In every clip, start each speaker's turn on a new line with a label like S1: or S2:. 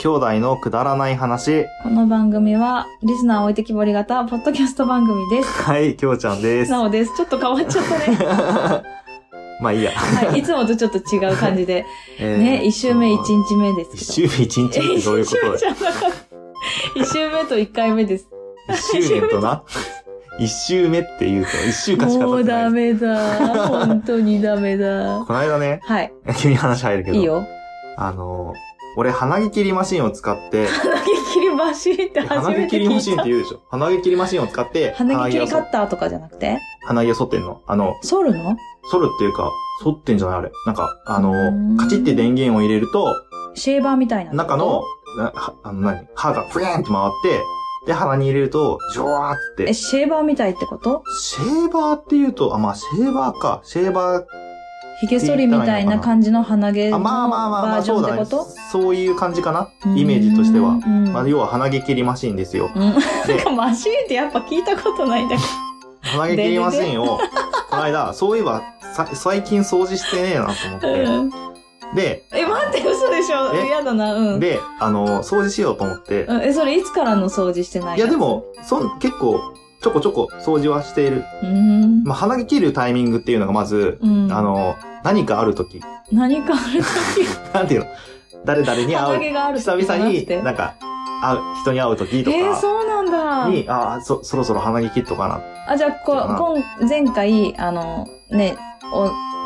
S1: 兄弟のくだらない話。
S2: この番組は、リスナー置いてきぼり型、ポッドキャスト番組です。
S1: はい、きょうちゃんです。
S2: なおです。ちょっと変わっちゃったね。
S1: まあいい や。
S2: はい。いつもとちょっと違う感じで。
S1: えー
S2: ね、一週目、一。日目ですけど。
S1: 一周目一日目ってどういうこ
S2: 一周目
S1: と
S2: じ
S1: だよ
S2: ゃなかった一週目と一回目です。
S1: 一周年と な。一周目って言うと、一週間しか
S2: も
S1: 経っ
S2: う
S1: てな
S2: ダ
S1: い。
S2: メだ。本当にダメだ。
S1: この間ね、
S2: はい。
S1: 急に話入るけど。
S2: いいよ。
S1: あの、俺、鼻毛切りマシンを使って、
S2: 鼻毛切りマシーンって 初
S1: 鼻
S2: め
S1: 毛
S2: て
S1: 切りマシ
S2: 聞
S1: ン
S2: い
S1: ったて。言うでしょ。鼻毛切りマシンを使って、
S2: 鼻毛切りカ
S1: 鼻毛を
S2: ッターとかじゃなくて
S1: 鼻毛を剃ってんの。あの、
S2: 剃るの
S1: 剃るっていうか、剃ってんじゃないあれ。なんか、あ
S2: うー
S1: の
S2: ん、
S1: カチって電源を入れると、
S2: シェーバーみたいな。
S1: 中の、なはあの何歯がプリーンって回って、で、鼻に入れると、ジョワーって
S2: え、。シェーバーみたいってこと
S1: シェーバーって言うと、あ、まあ、シェーバーか。シェーバー、
S2: 髭剃りみたいな感じの鼻毛
S1: あ、
S2: の
S1: まあまあまあま
S2: バー
S1: あ、
S2: ジョ
S1: そう
S2: ンって
S1: だね
S2: こ。と
S1: そういう感じかな。イメージとしては
S2: う。ん
S1: まあ、要は鼻毛切りマシンですよ。
S2: うん。
S1: で、
S2: マシーンってやっぱ聞いたことないんだけ
S1: 鼻毛切りマシン を、この間、そういえば、さ最近掃除してねえなと思
S2: ど。
S1: っ
S2: うん
S1: て。で、
S2: え、待って、嘘でしょ
S1: え
S2: 嫌だな、うん。
S1: で、あの、掃除しようと思って、
S2: うんえ、それいつからの掃除してない
S1: いやで、も、そん、結構、ちょこちょこ掃除はしている。
S2: うーん。
S1: まあ、鼻毛切るタイミングっていうのがまず、
S2: うん
S1: あ、の、何かある時。
S2: 何かある時
S1: なんていうの誰々に
S2: 鼻
S1: 会
S2: 毛があ
S1: う。
S2: る
S1: 久
S2: 時じゃ
S1: 々
S2: なく
S1: に
S2: て、
S1: なんか、会う、人に会う時と
S2: えー、
S1: か
S2: そうなんだ。
S1: に、ああ、そ、そろそろ鼻毛切っとかな。
S2: あ、じゃあ、こ、
S1: かな
S2: こん、前回、あの、ね、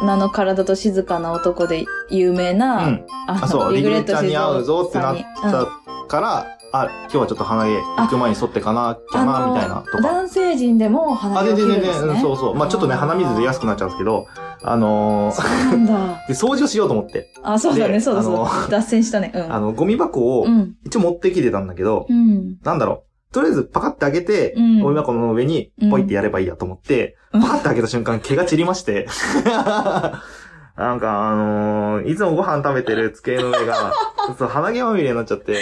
S2: 女の体と静かな男で有名な、
S1: うん。
S2: あの
S1: あ、そう、リグレッちゃんに会うぞって
S2: さ
S1: なんっ
S2: に
S1: たから、あ、今日はちょっと鼻毛行く前に剃ってかな、きゃな、みたいな、と
S2: う
S1: か。
S2: ん男性陣でも鼻
S1: あ、
S2: 毛
S1: 全
S2: を
S1: 然
S2: 切る
S1: 全
S2: んです
S1: 然、う
S2: ね。
S1: んそうそう。まあちょっとね、
S2: あー
S1: 鼻水出やすくなっちゃうんですけど、あの
S2: そ
S1: ー、
S2: うなんだ。
S1: で、掃除をしようと思って、
S2: あ、そうだね、
S1: で
S2: そうだ、そう
S1: あ
S2: だ。脱線したね。
S1: あの、ゴミ箱を
S2: うん。うん。
S1: 一応持ってきてたんだけど、
S2: うん。
S1: なんだろう、とりあえずパカって開けて、
S2: うん
S1: ゴミ箱の上にポイってやればいいやと思って、
S2: うん
S1: パカって開けた瞬間毛が散りま して、なんかあのーいつもご飯食べてる机の上 が、そう、鼻毛まみれになっちゃって、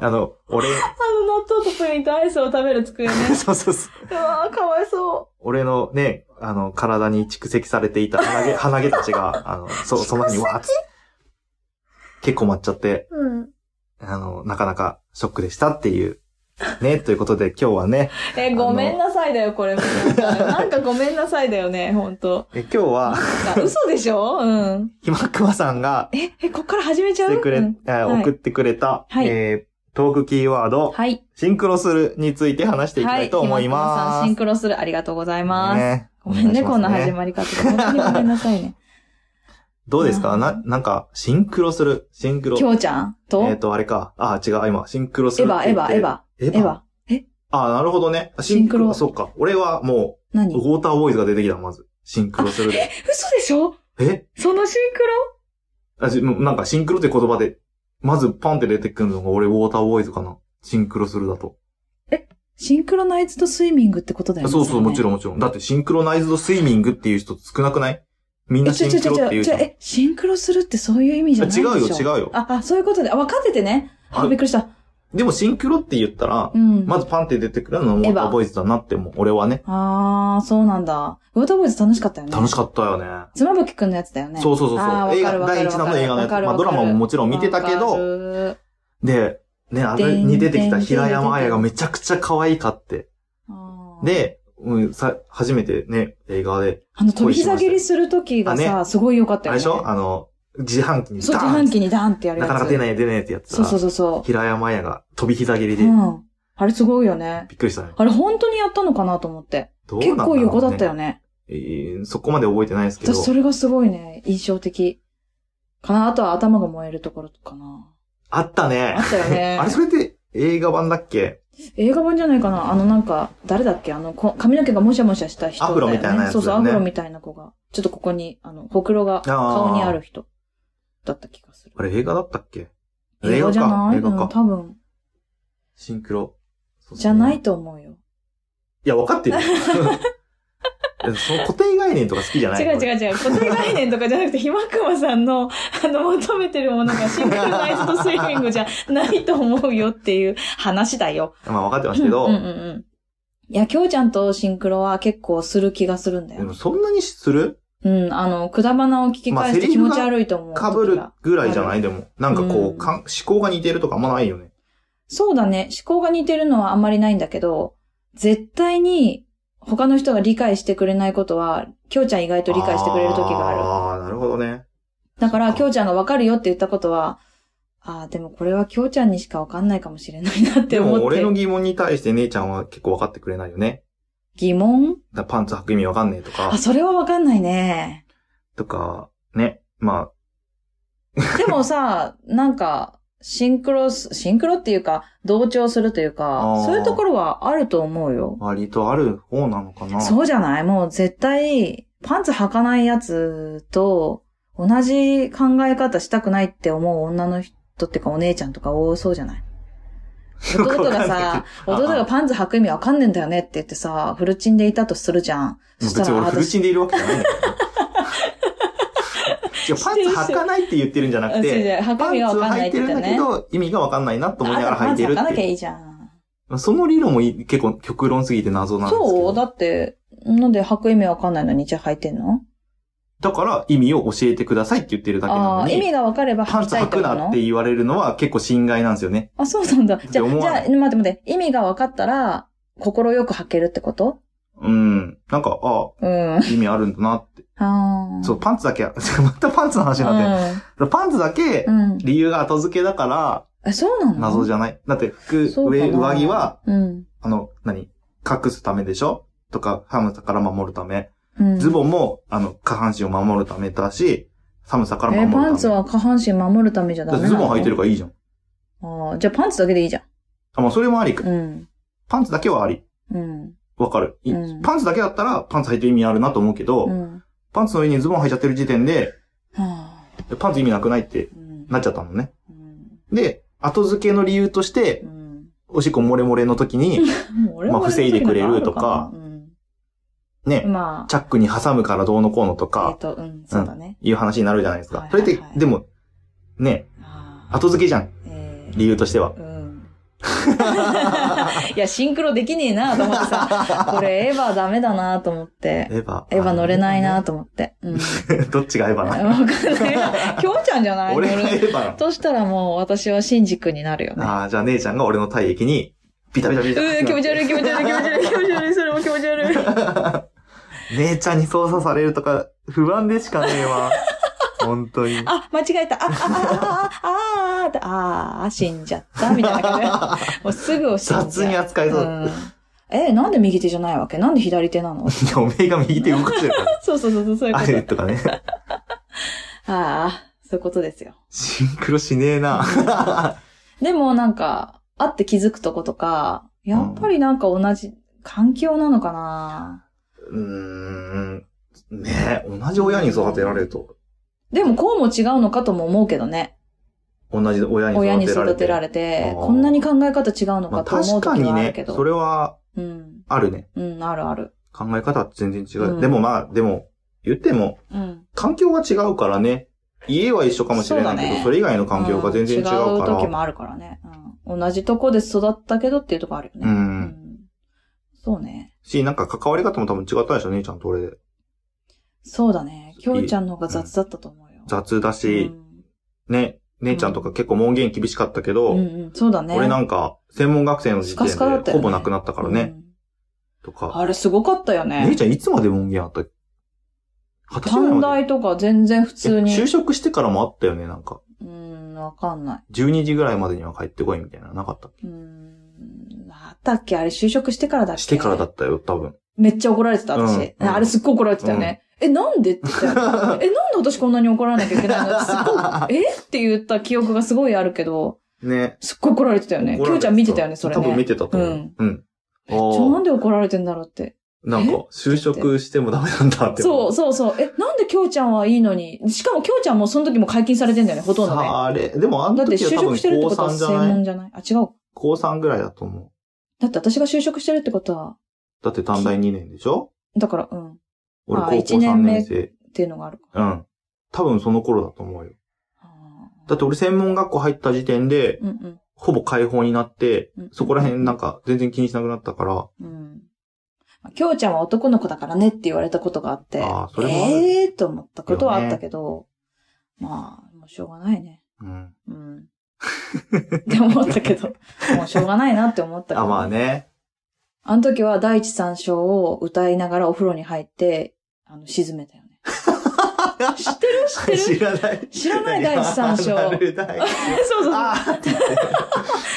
S1: あの、俺、
S2: あの、納豆とプリンとアイスを食べる机ね。
S1: そうそうそう。
S2: うわー、かわいそう。
S1: 俺のね、あの、体に蓄積されていた鼻毛、鼻毛たちが、あの、そう、その日にわーっつ結構待っちゃって、
S2: うん。
S1: あの、なかなかショックでしたっていう、ね、ということで今日はね、
S2: え、ごめんなさいだよ、これ。皆さんなんかごめんなさいだよね、ほんと。
S1: え今日 は、
S2: なんか嘘でしょうん。
S1: ひまくまさんが
S2: え、え、こっから始めちゃ
S1: し
S2: う
S1: てくれ、
S2: うん
S1: えー
S2: はい
S1: 送ってくれた、
S2: はい
S1: えートークキーワード、
S2: はい。
S1: シンクロするについて話していきたいと思いま
S2: はひまくまさん
S1: す。
S2: シンクロする。ありがとうございます。
S1: ね
S2: ごめんね、
S1: お願いします
S2: こんな始まり方。本当にごめんなさいね。
S1: どうですか、
S2: うん
S1: な、なんか、シンクロする、シンクロ。
S2: きょうちゃんと、
S1: えっ、と、あれか。あ、違う、今、シンクロす
S2: エ
S1: る
S2: ヴ
S1: っ
S2: ァ、
S1: て
S2: エ
S1: 言
S2: ヴ
S1: っ
S2: ァ、
S1: て。
S2: エヴァ、
S1: エヴ
S2: エヴァ。え、
S1: あ、なるほどね。シ
S2: シ
S1: ン
S2: ン
S1: ク
S2: ク
S1: ロ。
S2: ロ
S1: そうか。俺はもう、
S2: 何
S1: ウォーターボーイズが出てきた、まず。シンクロするで。
S2: 嘘でしょ
S1: え
S2: そのシンク
S1: あじなんか、シンクロって言葉で、まずパンって出てくるのが俺、ウォーターボーイズかな。シンクロするだと。
S2: ロシンクロナイズとスイミングってことだよね。
S1: そうそう、もち
S2: ん。
S1: ろんもちろん。だってシンクロナイズドスイミングっていう人少なくないみん
S2: え、
S1: な
S2: ち
S1: シ
S2: ょ
S1: ン
S2: ちょ
S1: ク
S2: ちょ
S1: ロ
S2: ち
S1: っ
S2: ょ
S1: ていうじ
S2: ち
S1: ゃ
S2: ょ、
S1: ん。
S2: え、シンクロするってそういう意味じゃないでし
S1: 違
S2: ょ
S1: うよ、違う
S2: う。
S1: よ。
S2: あ、あ、そういうことで。あ、分かっててね。あ、
S1: あ
S2: びっくりした。
S1: でもシンクロって言ったら
S2: う、ん。
S1: まずパンって出てくるのはウォーターボーイズだなって、もう俺はね、
S2: あー、そうなんだ。ウォーターボーイズ楽しかったよね。
S1: 楽し
S2: っ
S1: かったよね。
S2: た。妻夫木くんのやつだよね。
S1: そうそうそうそう
S2: あー
S1: 映画
S2: わかるわかる
S1: 第一弾の映画のやつ
S2: わかる
S1: まあドラマももちろん見てたけど
S2: わかる
S1: で、ね、あれに出てきた平山綾がめちゃくちゃ可愛かって。
S2: あー
S1: で、うん、さ、初めてね、映画で、
S2: あの、飛び下げりするときが
S1: あ
S2: さ、すごい良かった
S1: あ
S2: よ
S1: れで
S2: ね。
S1: しょあの、自販機に
S2: そう、
S1: ダ
S2: 自
S1: ーン
S2: 販機にダンってやるや
S1: なか
S2: つ。
S1: なか出ない出ないってやつ
S2: そうそう
S1: だ。
S2: そうそ
S1: 平山綾が飛び膝蹴り
S2: う。
S1: で
S2: う、ん。あれすごいよね。
S1: びっくりしたね。
S2: あれ本当にやったのかなと思って。
S1: どうなん
S2: 結
S1: だろう
S2: 構
S1: ね
S2: 横だったよね。
S1: えーそこまで覚えてないですけど。
S2: 私それがすごいね、印象的。かなあとは頭が燃えるところかな。
S1: あったね
S2: あ。ったよ ね。
S1: あれ、それって映画版だっけ
S2: 映画版じゃないかなあのなんか、誰だっけあの、こ髪の毛がもしゃもしゃした人だよ、ね。
S1: アフロみたいなやつだよね
S2: そうそう、アフロみたいな子が。ちょっとここに、あの、ほくろが顔にある人だった気がする。
S1: あれ映画だったっけ
S2: 映画じゃない
S1: 映画
S2: うん
S1: か。
S2: 多分、
S1: シンクロ。そうっすね
S2: じゃないと思うよ。
S1: いや、分か ってるよ。えその固定概念とか好きじゃない
S2: 違う違
S1: う。
S2: う違う。固定概念とかじゃなくて、ひまくまさんの、あの、求めてるものがシンクロナイズドスイミングじゃないと思うよっていう話だよ。
S1: まあ分かってますけど、
S2: うんうんうん。いや、きょうちゃんとシンクロは結構する気がするんだ
S1: で
S2: よ
S1: も。そんなにする
S2: うん、あの、くだばなを聞き返して気持ち悪いと思う。
S1: かぶるぐらいじゃ
S2: あ
S1: ないでも。なんかこ
S2: うん
S1: う、かん思考が似てるとかあんまないよね。
S2: そうだね。思考が似てるのはあんまりないんだけど、絶対に他の人が理解してくれないことは、きょうちゃん意外と理解してくれる時がある。
S1: ああ、なるほどね。
S2: だから、
S1: そっか
S2: きょうちゃんがわかるよって言ったことは、ああ、でもこれはきょうちゃんにしかわかんないかもしれないなって
S1: で
S2: 思
S1: も
S2: って。
S1: 俺の疑問に対して姉ちゃんは結構分かってくれないよね。
S2: 疑問
S1: だからパンツ履く意味わかんねえとか
S2: あ、、それはわかんないね。
S1: とか、ね。ま
S2: で もさ、なんか、シンクロス、シンクロっていうか、同調するという
S1: あ
S2: か
S1: ー、
S2: そういうところはあると思うよ。
S1: あ、割とある方なのかな。
S2: そうじゃないもう絶対、パンツ履かないやつと、同じ考え方したくないって思う女の人っていうかお姉ちゃんとか多そうじゃない
S1: よく
S2: 弟
S1: わか
S2: が
S1: んない
S2: さ、
S1: けど
S2: 弟
S1: あ
S2: が
S1: あ
S2: パンツ履く意味わかんねえんだよねって言ってさ、フルチンでいたとするじゃん。そ
S1: 別
S2: した
S1: に
S2: ら、
S1: 俺
S2: あ
S1: フルチンでいるわけじゃ ないんだよ。違うパンツ履かないって言ってるんじゃなく
S2: 私
S1: て、
S2: 履く意
S1: パン
S2: 味
S1: ツ
S2: がわかんな
S1: 履
S2: い
S1: い
S2: ってて
S1: る
S2: 言
S1: ん
S2: っ
S1: だ
S2: た
S1: け
S2: ね。
S1: ど、意味がわかんないなと思いながら
S2: あ
S1: 履いてる
S2: パンツ履か
S1: っ
S2: なきゃ
S1: て
S2: い
S1: い
S2: いじゃん。
S1: う。その理論もい結構極論すぎて謎なんですけど。
S2: そうだって、なんで履く意味わかんないのにじゃあ履いてんの
S1: だから意味を教えてくださいって言ってるだけな
S2: あ
S1: の
S2: あー、意味
S1: に、
S2: がわかれば
S1: パ
S2: 履
S1: ン
S2: き
S1: ツ
S2: たい
S1: 履
S2: って
S1: く
S2: こと
S1: なって言われるのは結構侵害なんですよね。
S2: あ、そうなんだ。じゃあ、
S1: 思
S2: じ
S1: わ
S2: ゃ
S1: な
S2: あ、
S1: い
S2: 待って待って、意味が分かったら、心よく履けるってこと
S1: うん。なんか、あ
S2: うん。あ
S1: あ、意味あるんだなって。
S2: あ。
S1: そう、パンツだけ、 またパンツの話
S2: う
S1: になって
S2: ん。
S1: る。パンツだけ
S2: うん。
S1: 理由が後付けだから、
S2: え、そうなの
S1: 謎じ
S2: ゃ
S1: ゃない。だって服、
S2: そうかな
S1: 上、上着は
S2: うん。
S1: あの、何隠すためでしょとか、寒さから守るため。
S2: うん。
S1: ズボンも、あの、下半身を守るためだし、寒さから
S2: え
S1: 守るため。
S2: パンツは下半身守るためじゃダ
S1: だっ
S2: メ
S1: て
S2: なの
S1: ズボン履いてるからいいじゃん。
S2: ああ、じゃあパンツだけでいいじゃ
S1: あ、まあ、それもありか
S2: ん。。うん。
S1: パンツだけはあり。
S2: うん。
S1: わかる、い
S2: うん
S1: パンツだけだったら、パンツ履いてる意味あるなと思うけど、
S2: うん。は
S1: パンツの上にズボン履いちゃってる時点で、
S2: あ。
S1: パンツ意味なくないって
S2: うん。
S1: なっちゃったのね。
S2: うん。
S1: で、後付けの理由として
S2: う、ん。
S1: おしっこ漏れ漏れの時 に、
S2: もう俺は
S1: まあ防いでくれるとかね、
S2: 俺の時なんかあるかな。うん。ま
S1: チャックに挟むからどうのこうのと
S2: あ、え
S1: か、
S2: っと、うん、そうだね。
S1: いう話になるじゃないですか。
S2: はいはいはい
S1: それって、でも、ね、
S2: ああ。
S1: 後付けじゃん。
S2: え
S1: 理由としては。
S2: ー、うん。 いや、シンクロできねえなと思ってさ、これエヴァダメだなと思って、
S1: エヴァ。
S2: エヴァ乗れないな
S1: あ
S2: と思って。うん。
S1: のね。 どっちがエヴァ
S2: わ
S1: な
S2: かんない。きょうちゃんじゃない
S1: の俺がエヴァなの。
S2: としたらもう私はシンジ君になるよね。
S1: ああ、じゃあ姉ちゃんが俺の体液に、ビタビタビタ。
S2: うん、気持ち悪い気持ち悪い気持ち悪い気持ち悪い、それも気持ち悪い。
S1: 姉ちゃんに操作されるとか、不安でしかねえ わ。本当に。
S2: あ、間違えた。あ、あ、あ、あ、あ、あ、あーって、あー、死んじゃった、みたいな感じで。もうすぐ死んじゃう
S1: 雑に扱いそう。
S2: うんえ、なんで右手じゃないわけなんで左手なの
S1: いや、おめえが右手動かしてる から。
S2: そうそうそうそう、そういうこ
S1: あ
S2: と
S1: れ。とかね。
S2: ああ、そういうことですよ。
S1: シンクロしねえな。
S2: でもなんか、会って気づくとことか、やっぱりなんか同じ環境なのかな、
S1: うーん。ねえ、同じ親に育てられると。
S2: でもこうも違うのかとも思うけどね。
S1: 同じ親に育てられ
S2: 親
S1: る。
S2: に育てられて
S1: あ、ー
S2: こんなに考え方違うの
S1: ま
S2: か
S1: あ
S2: と思
S1: 確
S2: う
S1: か
S2: 時
S1: に
S2: はある
S1: ね
S2: け、ど。
S1: それは
S2: うん。
S1: あるね。
S2: うん、あるある。
S1: 考え方は全然違う。
S2: うん
S1: でもまあ、でも、言っても、
S2: うん。
S1: 環境が違うからね。家は一緒かもしれないけど、
S2: そう
S1: そ,、
S2: だね
S1: れ以外の環境が全然違うから。
S2: ん違う時もあるからね。うん。同じとこで育ったけどっていうとこあるよ
S1: う。
S2: ね。うんんそうね。
S1: し、なんか関わり方も多分違ったでしょ、姉ちゃんと俺で。
S2: そうだね。きょうちゃんの方が雑だったと思うよ。
S1: 雑だ
S2: う
S1: し、
S2: ん
S1: ね、姉ちゃんとか結構門限厳しかったけど、
S2: うんうん、そうだね。
S1: 俺なんか、専門学生の時
S2: スカスカだっ
S1: 点
S2: た
S1: で
S2: よ
S1: ほ
S2: ね
S1: ぼなくなったからね、
S2: うん
S1: とか。
S2: あれすごかったよ
S1: 姉
S2: ね。
S1: ちゃんいつまで門限あった二十歳ぐらいま
S2: 短
S1: で
S2: 大とか全然普通に
S1: え。就職してからもあったよね、なんか。
S2: うん、わかんな
S1: 12時ぐらいまでには帰ってこいみたいな、なかったっ
S2: い。うん、あったっけあれ就職してからだっ
S1: け
S2: け
S1: してからだったよ、多分。
S2: めっちゃ怒られてた、私。
S1: うんうん
S2: あれすっごい怒られてたよね。え、なんでって言ったよ。え、なんで私こんなに怒られなきゃいけないの すっ ごい、えって言った記憶がすごいあるけど、
S1: ね。
S2: すっごい怒られてたよね。き
S1: 怒ら
S2: ょ
S1: れ
S2: う
S1: て
S2: ちゃん見てたよね、それね。
S1: 多分見てたと思う。
S2: うん
S1: うん。
S2: めっちゃ
S1: あー
S2: なんで怒られてんだろうって。
S1: なんか、就職してもダメなんだって
S2: そ
S1: 思う。
S2: うそうそう。え、なんできょうちゃんはいいのに。しかもきょうちゃんもその時も解禁されてんだよね、ほとんどね。
S1: さあれ、でもあ
S2: だ
S1: の
S2: って
S1: 時
S2: 就
S1: は多
S2: 職
S1: 分
S2: してるってこと
S1: 高
S2: は
S1: 3じ
S2: 専
S1: ゃない
S2: 門じゃないあ、違う。
S1: 高3ぐらいだと思
S2: だって私が就職してるってことは、
S1: う。だって短大2年でしょ
S2: だから、うん。っ
S1: 俺
S2: あ
S1: 高
S2: ー
S1: 校
S2: 一
S1: 3
S2: 年目
S1: 年生。
S2: ていうのがあるか。
S1: うん。多分その頃だと思うよ。だ
S2: だ
S1: って俺専門学校入った時点で、
S2: うんうん
S1: ほぼ解放になって
S2: うん、
S1: そこら辺なんか全然気にしなくなったから、
S2: うん。きょうちゃんは男の子だからねって言われたことがあって、
S1: あーそれもある
S2: ええーと思ったことはあったけど、まあ、もうしょうがないね。
S1: うん。
S2: うん。って思ったけ ど、もうしょうがないなって思ったけど。
S1: あ、まあね。
S2: あの時は第一三章を歌いながらお風呂に入って、あの、沈めた よね。知ってる知ってる
S1: 知らない。
S2: 知らない第一三章
S1: ある第一
S2: そうそう
S1: あーって言って。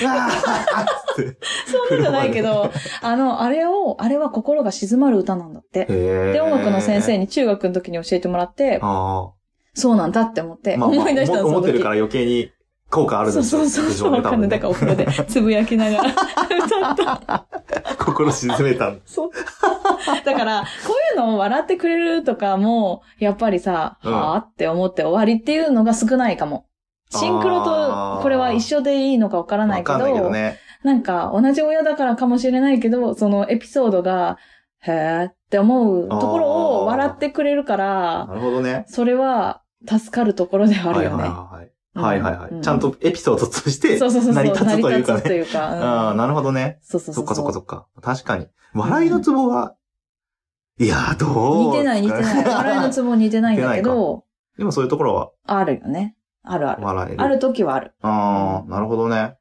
S1: あーって言って。
S2: そう。そんなじゃないけど、あの、あれを、あれは心が静まる歌なんだって。
S1: で
S2: で、音楽の先生
S1: に。
S2: に中学の時に教えてもらって、
S1: あ
S2: そうなんだって思って、
S1: あ。まあまあ、
S2: 思い出したの。
S1: 思ってるからら余計に効果あるん
S2: そ
S1: で
S2: う
S1: す
S2: そうそうそう、わかんない。だからお風呂でつぶやきな がら歌った。
S1: 心沈めたんだ
S2: そう。だから、こういうのを笑ってくれるとかも、やっぱりさ、
S1: うん
S2: はぁって思って終わりっていうのが少ないかも。シンクロ
S1: あ
S2: と
S1: ー
S2: これは一緒でいいのかわからない
S1: わ
S2: けど、
S1: かんないけどね。
S2: なんか同じ親だからかもしれないけど、そのエピソードが、へーって思うところを笑ってくれるから、
S1: なるほどね。
S2: それは助かるところではあるよね。
S1: はいはいはいはい。はいはいは
S2: う
S1: い。ちゃんとエピソードとして
S2: そうそうそうそ
S1: 成
S2: う
S1: り立つというか
S2: 成り立つと
S1: ね。
S2: いうか。うん
S1: ああ、なるほどね。
S2: そうそうそ。
S1: そうっかそっかそっか。確かに。笑いのツボは、いやー、どう
S2: 似てない似てない。笑いの
S1: ボ。
S2: ツボ似てないんだけ
S1: 似て
S2: ど、
S1: でもそういうところは
S2: あるよね。あるある。
S1: 笑える。
S2: ある時はある。
S1: ああ、なるほどね。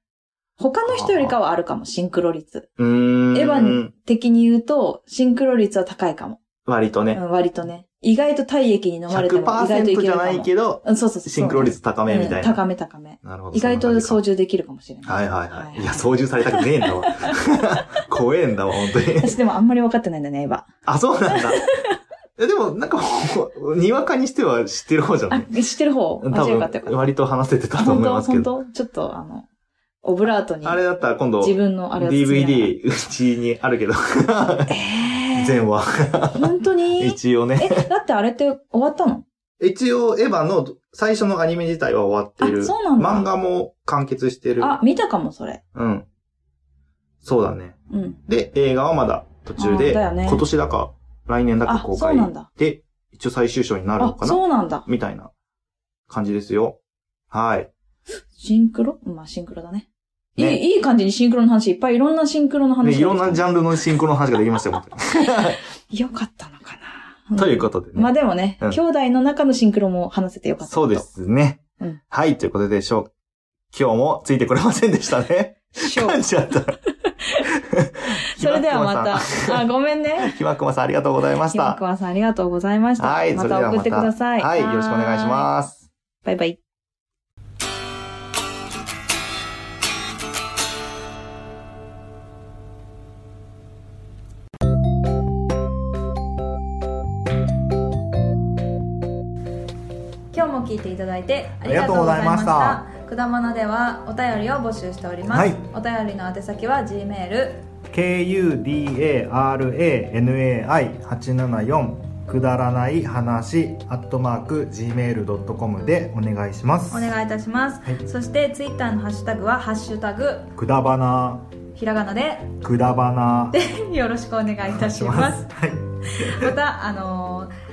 S2: 他の人よりかはあるかも、シンクロ率。
S1: うーん。
S2: エヴァン的に言うと、シンクロ率は高いかも。
S1: 割と
S2: う
S1: ね。
S2: ん、割とね。意外と体液に飲まれても意外とい
S1: 100%
S2: け
S1: じ
S2: る
S1: ゃ
S2: か
S1: ない
S2: も。
S1: けど、
S2: うん、そうそうそう。
S1: シンクロ率高めみたい
S2: うん
S1: な。
S2: 高め高め。
S1: なるほど。
S2: 意外と操
S1: そう。
S2: 縦できるかもしれない。
S1: はいはいはい。いや、操縦されたくねえんだ わ。怖えんだわ、本当に。
S2: 私でもあんまり分かってないんだね、エヴァ。
S1: あ、そうなんだ。えでも、なんかもう、にわかにしては知ってる方じゃんね。
S2: あ、知ってる方
S1: 多
S2: あ、よかったよかっ
S1: 分、割と話せて
S2: た。
S1: た
S2: あ、
S1: と
S2: 本
S1: 思い
S2: 当
S1: ますけ
S2: 本
S1: ど。
S2: 当ちょっと、あの、オブラートに
S1: あれだったら今度、
S2: 自分のあれを包みながら。
S1: DVD、うちにあるけど、
S2: えー
S1: 全話。
S2: 本当 に
S1: 一応ね。
S2: え、だってあれって終わったの
S1: 一応、エヴァの最初のアニメ自体は終わってる。
S2: あそうなんだ
S1: 漫画も完結してる。
S2: あ、見たかも、それ。
S1: うん。そうだね。
S2: うん。
S1: で、映画はまだ途中で、
S2: あだよね
S1: 今年だか、来年だか
S2: あ、
S1: 公
S2: そうなん
S1: 開
S2: だ。
S1: で、一応最終章になるの
S2: あ、
S1: かな
S2: そうなんだ。
S1: みたいな感じですよ。はい。
S2: シンクロまあ、シンクロだね。い
S1: ね
S2: い、いい感じにシンクロの話、いっぱいいろんなシンクロの話が
S1: ね、
S2: でき
S1: い
S2: た。
S1: ろんなジャンルの進行の話ができましたよ、本
S2: よかったのか
S1: 当
S2: な。
S1: に という
S2: か。
S1: ことでね。
S2: まあでもね、
S1: うん
S2: 兄弟の中のシンクロも話せてよかった。
S1: そうで。すね。
S2: うん
S1: はい、ということでしょう。今日もついてこれませんでしたね。
S2: しょう
S1: 噛んじゃった。
S2: それではま
S1: ひ
S2: た。あ、ごめ んね。
S1: ひまくまさんありがとうございまし
S2: ひま
S1: た
S2: く。わさんありがとうございました。
S1: はい、
S2: ま
S1: それ
S2: た
S1: では
S2: 送ってください。
S1: はい、よろしくお願いし
S2: す。
S1: ます。
S2: バイバイ。今日も聞いていただいてありがとうございました。
S1: あ
S2: くだまなではお便りを募集しております。
S1: はい
S2: お便りの宛先は G メール
S1: kudaranai874 くだらない話アットマーク gmail.com でお願いします
S2: お願いいたします。
S1: はい
S2: そしてツイッターのハッシュタグはハッシュタグ
S1: くだばな
S2: ひらがな で
S1: くだばな
S2: よろしくお願いいたします。
S1: はい
S2: またあのー